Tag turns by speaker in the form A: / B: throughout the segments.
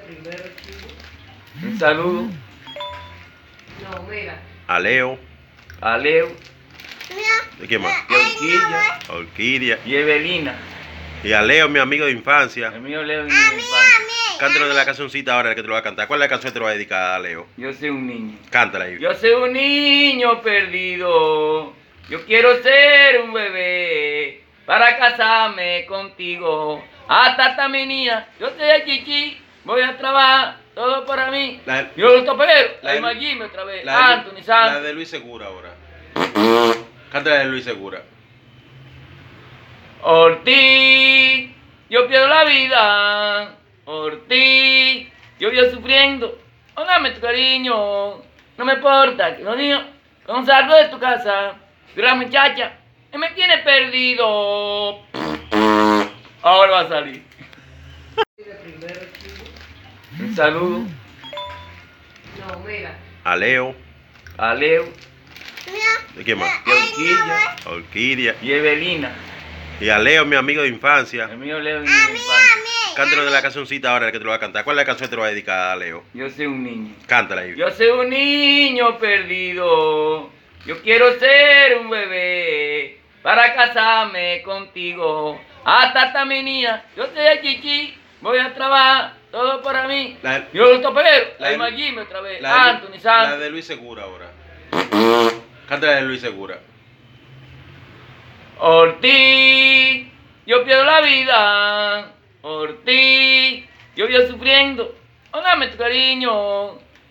A: primer chivo.
B: Un saludo
A: No, mira.
C: a Leo,
B: a Leo
C: ¿y quién más?
B: y a Orquídea
C: A Orquídea.
B: y a Evelina.
C: Y a Leo, mi amigo de infancia.
B: El mío Leo y mi infancia.
C: Cántalo de la cancioncita ahora que te lo va a cantar. ¿Cuál es la canción que te lo va a dedicar a Leo?
B: Yo soy un niño.
C: Cántala ahí.
B: Yo soy un niño perdido. Yo quiero ser un bebé para casarme contigo. Hasta esta mi niña. Yo soy el chichi. Voy a trabajar. Todo para mí.
C: La-
B: Yo lo topero.
C: la-
B: La Jimmy otra vez.
C: La de,
B: Anthony
C: la
B: Santos.
C: de Luis Segura ahora. Cántala de Luis Segura.
B: Por ti, yo pierdo la vida. Por ti, yo vivo sufriendo. Oh, dame tu cariño. No me importa que los niños no salgo de tu casa. Pero la muchacha que me tiene perdido. Ahora va a salir.
A: De primer chivo.
B: Un saludo
A: No, mira.
C: A Leo,
B: a Leo
C: ¿y quién más?
B: y a Orquídea
C: A Orquídea.
B: y a Evelina.
C: Y a Leo, mi amigo de infancia.
B: El mío Leo y mi infancia.
C: Cántalo de la cancioncita ahora que te lo va a cantar. ¿Cuál es la canción que te lo va a dedicar a Leo?
B: Yo soy un niño.
C: Cántala ahí.
B: Yo soy un niño perdido. Yo quiero ser un bebé para casarme contigo. Hasta esta mi niña. Yo soy el chichi. Voy a trabajar. Todo para mí.
C: La-
B: Yo lo topero.
C: la-
B: La Jimmy otra vez.
C: La de-
B: Anthony
C: la
B: Santos.
C: de Luis Segura ahora. Cántala de Luis Segura.
B: Por ti. Yo pierdo la vida. Por ti. Yo vivo sufriendo. Oh, dame tu cariño.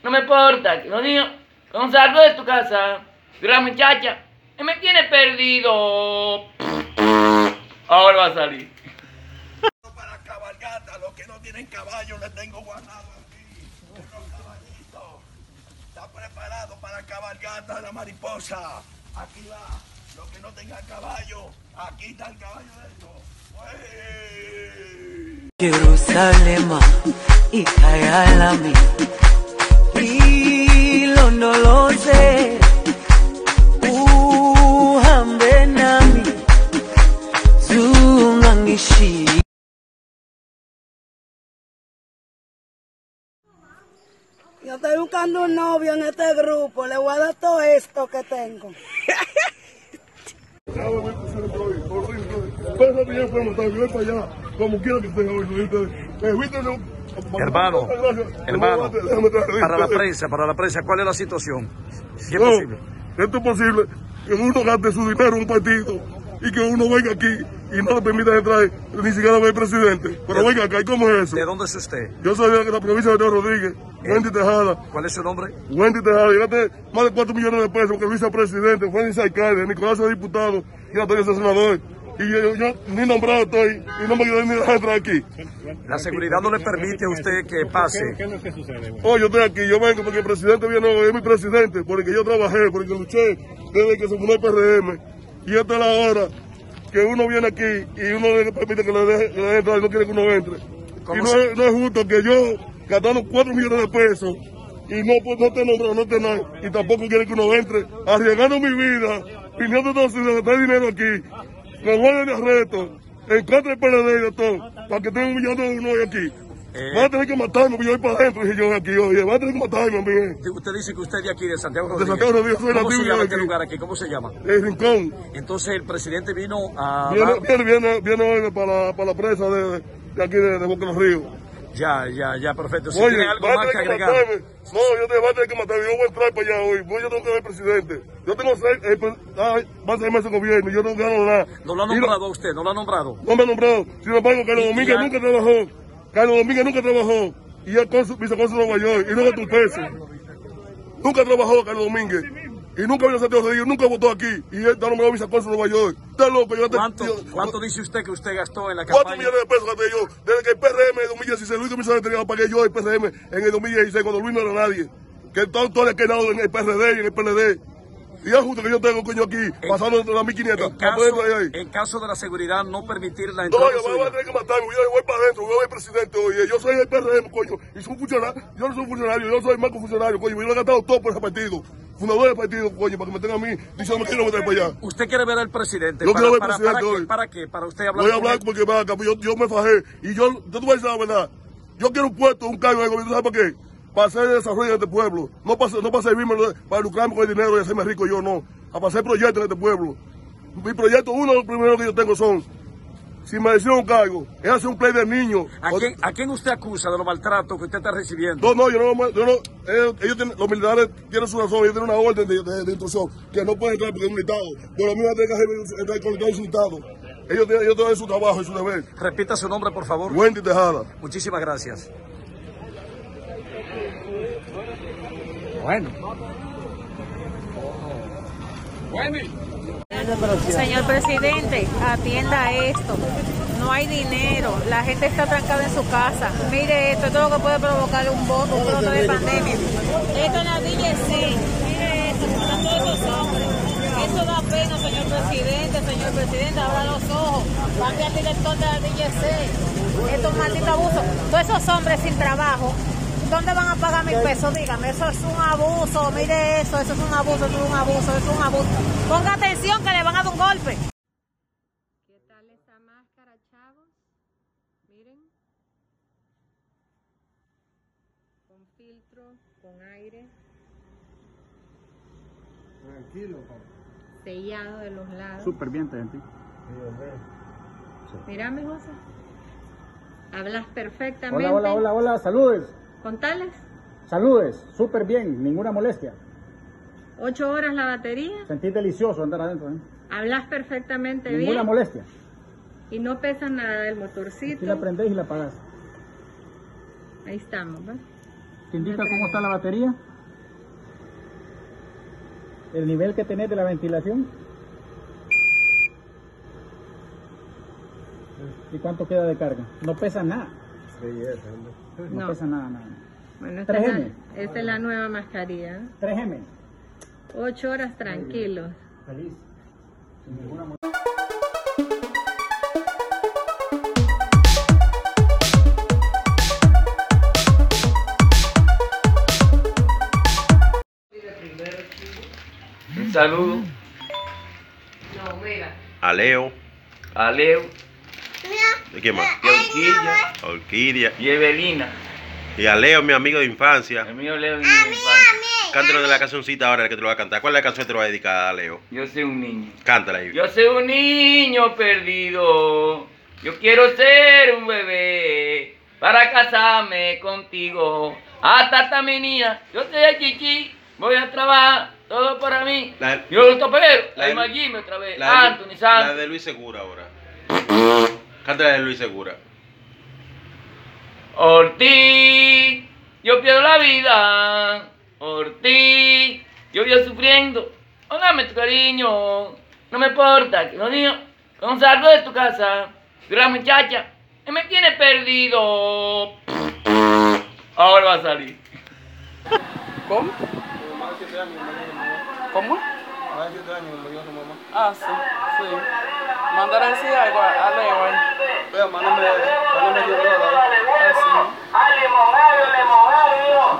B: No me importa que los niños no salgo de tu casa. Pero la muchacha que me tiene perdido. Ahora va a salir.
D: para cabalgata, los que no tienen caballo les tengo guardado aquí. Los caballitos. Está preparado para cabalgata la mariposa. Aquí va. Los que no tengan caballo, aquí está el caballo de ellos. ¡Uey!
E: Yerusalema ikayalami ilondoloze uhambe nami zungangishii
F: Yo estoy buscando un novio en este grupo. Le voy a dar todo esto que tengo.
G: Eh,
H: Hermano, hermano, para la prensa, para la prensa, ¿cuál es la situación? Si es posible.
G: Esto es posible que uno gaste su dinero en un partido y que uno venga aquí y no le permita entrar ni siquiera ver presidente. Pero venga acá, ¿y cómo es eso?
H: ¿De dónde Eh. es usted?
G: Yo soy de la provincia de Teo Rodríguez, Wendy Tejada.
H: ¿Cuál es su nombre?
G: Wendy Tejada, llegaste más de 4 millones de pesos que vicepresidente, Wendy alcalde, Nicolás es diputado y Antonio es senador. Y yo, yo- yo ni nombrado estoy y no me quiero ni dejar entrar aquí.
H: La seguridad no le permite a usted que pase.
G: Hoy yo estoy aquí, yo vengo porque el presidente viene hoy, es mi presidente, porque yo trabajé, porque luché desde que se fundó el PRM. Y esta es la hora que uno viene aquí y uno le permite que le deje, que le deje entrar y no quiere que uno entre.
H: ¿Cómo
G: Y no,
H: se-
G: es, no es justo que yo gastando 4 millones de pesos y no, pues, no te nombrado, no te nada, y tampoco quiere que uno entre, arriesgando mi vida, viniendo entonces a gastar dinero aquí, con orden de arresto, en contra del PLD y de todo, para que estén humillando a uno hoy aquí.
H: Eh.
G: Van a tener que matarme, porque yo voy para adentro, dije yo aquí, oye, van a eh. tener que matarme, mire.
H: Usted dice que usted es de aquí, de Santiago
G: De
H: Rodríguez.
G: Santiago Rodríguez, soy
H: ¿Cómo
G: nativo
H: se
G: de
H: llama
G: aquí.
H: este lugar aquí? ¿Cómo se llama?
G: El rincón.
H: Entonces el presidente vino a...
G: Viene,
H: dar-
G: viene, viene, viene hoy para, la- para la presa de, de aquí de, de Boca de los Ríos.
H: Ya, ya, ya, perfecto. Si
G: Oye,
H: tiene algo
G: van a
H: más que
G: tener que
H: agregar.
G: matarme. No, yo te voy a tener que matarme. Yo voy a entrar para allá hoy. Voy, yo tengo que ver al presidente. Yo tengo seis, eh, pues, ay, más de seis meses de gobierno. Yo no gano nada.
H: No lo ha
G: Y
H: nombrado a usted, no lo ha nombrado.
G: No me ha nombrado. Sin embargo, Carlos
H: Y- y
G: Domínguez
H: ya-
G: nunca trabajó. Carlos Domínguez nunca trabajó. Y es cónsul- vicecónsul de Nueva York. Y no gastó un peso. Nunca trabajó Carlos Domínguez. Y nunca vino a Santiago Rodríguez. Nunca votó aquí. Y él está nombrado vicecónsul de Nueva York. Está loco. Yo te-
H: ¿Cuánto,
G: yo-
H: ¿Cuánto dice usted que usted gastó en la
G: 4
H: campaña?
G: millones de pesos gasté yo. Desde que el PRM en 2016, Luis Domingo Sánchez tenía, pagué yo el PRM en el 2016, cuando Luis no era nadie. Que todo, todo le ha quedado en el PRD y en el PLD. Y es justo que yo tengo coño aquí, pasando entre las 1500.
H: En
G: para poder
H: caso,
G: traer ahí.
H: en caso de la seguridad no permitir la
G: No,
H: entrada
G: yo voy a
H: suya.
G: tener que matarme, yo voy para adentro, voy a ver presidente hoy. Yo soy el PRM, coño, y soy un funcionario, yo no soy un funcionario, yo soy más que un funcionario, coño, yo lo he gastado todo por ese partido, fundador del partido, coño, para que me tengan a mí diciendo que no me tengo para allá.
H: Usted quiere ver al presidente.
G: Yo
H: para,
G: quiero ver al
H: para-
G: presidente
H: para qué?
G: hoy.
H: ¿Para qué? Para usted hablar.
G: Voy a
H: con
G: hablar
H: él.
G: porque va, yo, yo me fajé, y yo, yo te voy a decir la verdad, Yo quiero un puesto, un cargo en el gobierno, ¿sabes para qué? Para hacer el desarrollo de este pueblo. No para, ser- no para servirme, lo de- para lucrarme con el dinero y hacerme rico yo, no. A para hacer proyectos en este pueblo. Mi proyecto, uno de los primeros que yo tengo son, si me decían un cargo, es hacer un play de niños.
H: ¿A quién, ¿A quién usted acusa de los maltratos que usted está recibiendo?
G: No, no, yo no, yo no ellos, ellos tienen- los militares tienen su razón, ellos tienen una orden de, de- de instrucción que no pueden entrar porque es un dictado. Pero lo mismo tienen que hacer entrar con el dictado y su dictado. Ellos, tienen- ellos tienen su trabajo y su deber.
H: Repita su nombre, por favor.
G: Wendy Tejada.
H: Muchísimas gracias. Bueno.
I: Señor presidente, atienda esto. No hay dinero, la gente está trancada en su casa. Mire esto, esto es lo que puede provocar un voto, un brote de pandemia. Esto en la sí. mire esto, están todos esos hombres. Eso da pena, señor presidente, señor presidente, abra los ojos. Cambia al director de la DGC. Esto es un maldito abuso. Todos esos hombres sin trabajo, ¿dónde van a pagar mil pesos? Dígame, eso es un abuso, mire eso, eso es un abuso, eso es un abuso, eso es un abuso. Ponga atención que le van a dar un golpe.
J: ¿Qué tal esta máscara, chavos? Miren. Con filtro, con aire. Tranquilo, Sellado de los lados.
H: Súper bien, gente.
J: Mírame, José. Hablas perfectamente.
K: Hola, hola, hola, hola, saludes,
J: Contales.
K: saludes, súper bien, ninguna molestia.
J: Ocho horas la batería.
K: Sentí delicioso andar adentro, ¿eh?
J: Hablas perfectamente
K: ninguna
J: bien.
K: molestia.
J: Y no pesa nada el
K: Aquí la
J: motorcito.
K: prendés y la apagás.
J: Ahí estamos, ¿va?
K: ¿Te indica cómo está la batería? El nivel que tenés de la ventilación. ¿Y cuánto queda de carga? No pesa nada. No,
J: No.
K: pesa nada, nada.
J: Bueno, esta es, la,
K: 3M.
J: esta es la nueva mascarilla. ¿eh?
K: 3M.
J: Ocho horas tranquilos.
K: Feliz. Sin ninguna molestia.
A: Mira primero el chivo.
B: Un saludo
A: No, mira.
C: A Leo,
B: a Leo
C: ¿y quién más?
B: y a Urquilla
C: A Orquídea.
B: y a Evelina.
C: Y a Leo, mi amigo de infancia.
B: El mío Leo y mi infancia.
C: Cántalo de la cancioncita ahora que te lo va a cantar. ¿Cuál es la canción que te lo va a dedicar a Leo?
B: Yo soy un niño.
C: Cántala ahí.
B: Yo soy un niño perdido. Yo quiero ser un bebé para casarme contigo. Hasta esta mi niña. Yo soy chichi. Voy a trabajar. Todo para mí.
C: La-
B: Yo lo topero.
C: la-
B: Ahí más Jimmy otra vez.
C: La de-
B: Anthony Santos.
C: La de Luis Segura ahora. Cántala de Luis Segura.
B: Por ti, yo pierdo la vida. Por ti, yo vivo sufriendo. Oh, dame tu cariño. No me importa que los niños no salgo de tu casa. Tú la muchacha que me tiene perdido. Ahora va a salir.
K: ¿Cómo? ¿Cómo? Ah, sí, sí. Mandar a decir algo a, a Leo eh. ahí. Vea, mándame, mándame yo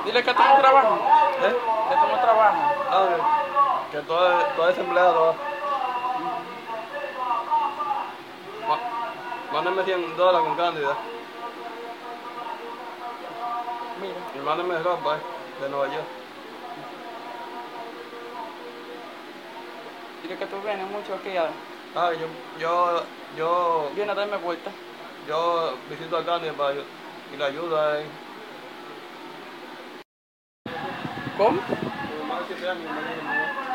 K: Dile que tengo trabajo. ¿Eh? Que tengo trabajo. Ah, que todo, todo es empleado. Mándame 100 dólares con cantidad. Mira. Y mándame ropa eh, de Nueva York. Dile que tú vienes mucho aquí a... Ah, yo... Yo... yo Viene a darme vuelta. Yo visito a Candy para, ayu- y la ayuda eh. ¿Cómo?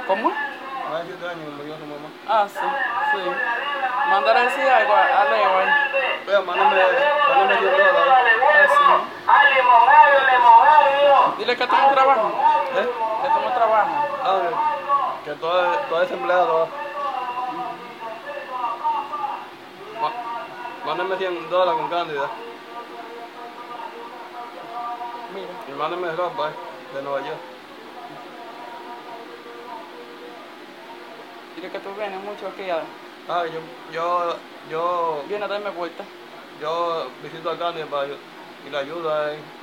K: ¿Cómo? Ah, sí, sí. Mandar a decir algo a, a Leo ¿eh? ahí. Vea, mándame, mándame 10 dólares. Ah, sí. Dile que tengo trabajo. ¿Eh? Que tengo trabajo. Ah, que todo, todo es empleado. Mándame 100 dólares con cantidad. Mira. Y mándame ropa eh, de Nueva York. Dile que tú vienes mucho aquí a... Ah, yo... Yo... yo Viene a darme vuelta. Yo visito a Candy para, ayu- y la ayuda eh.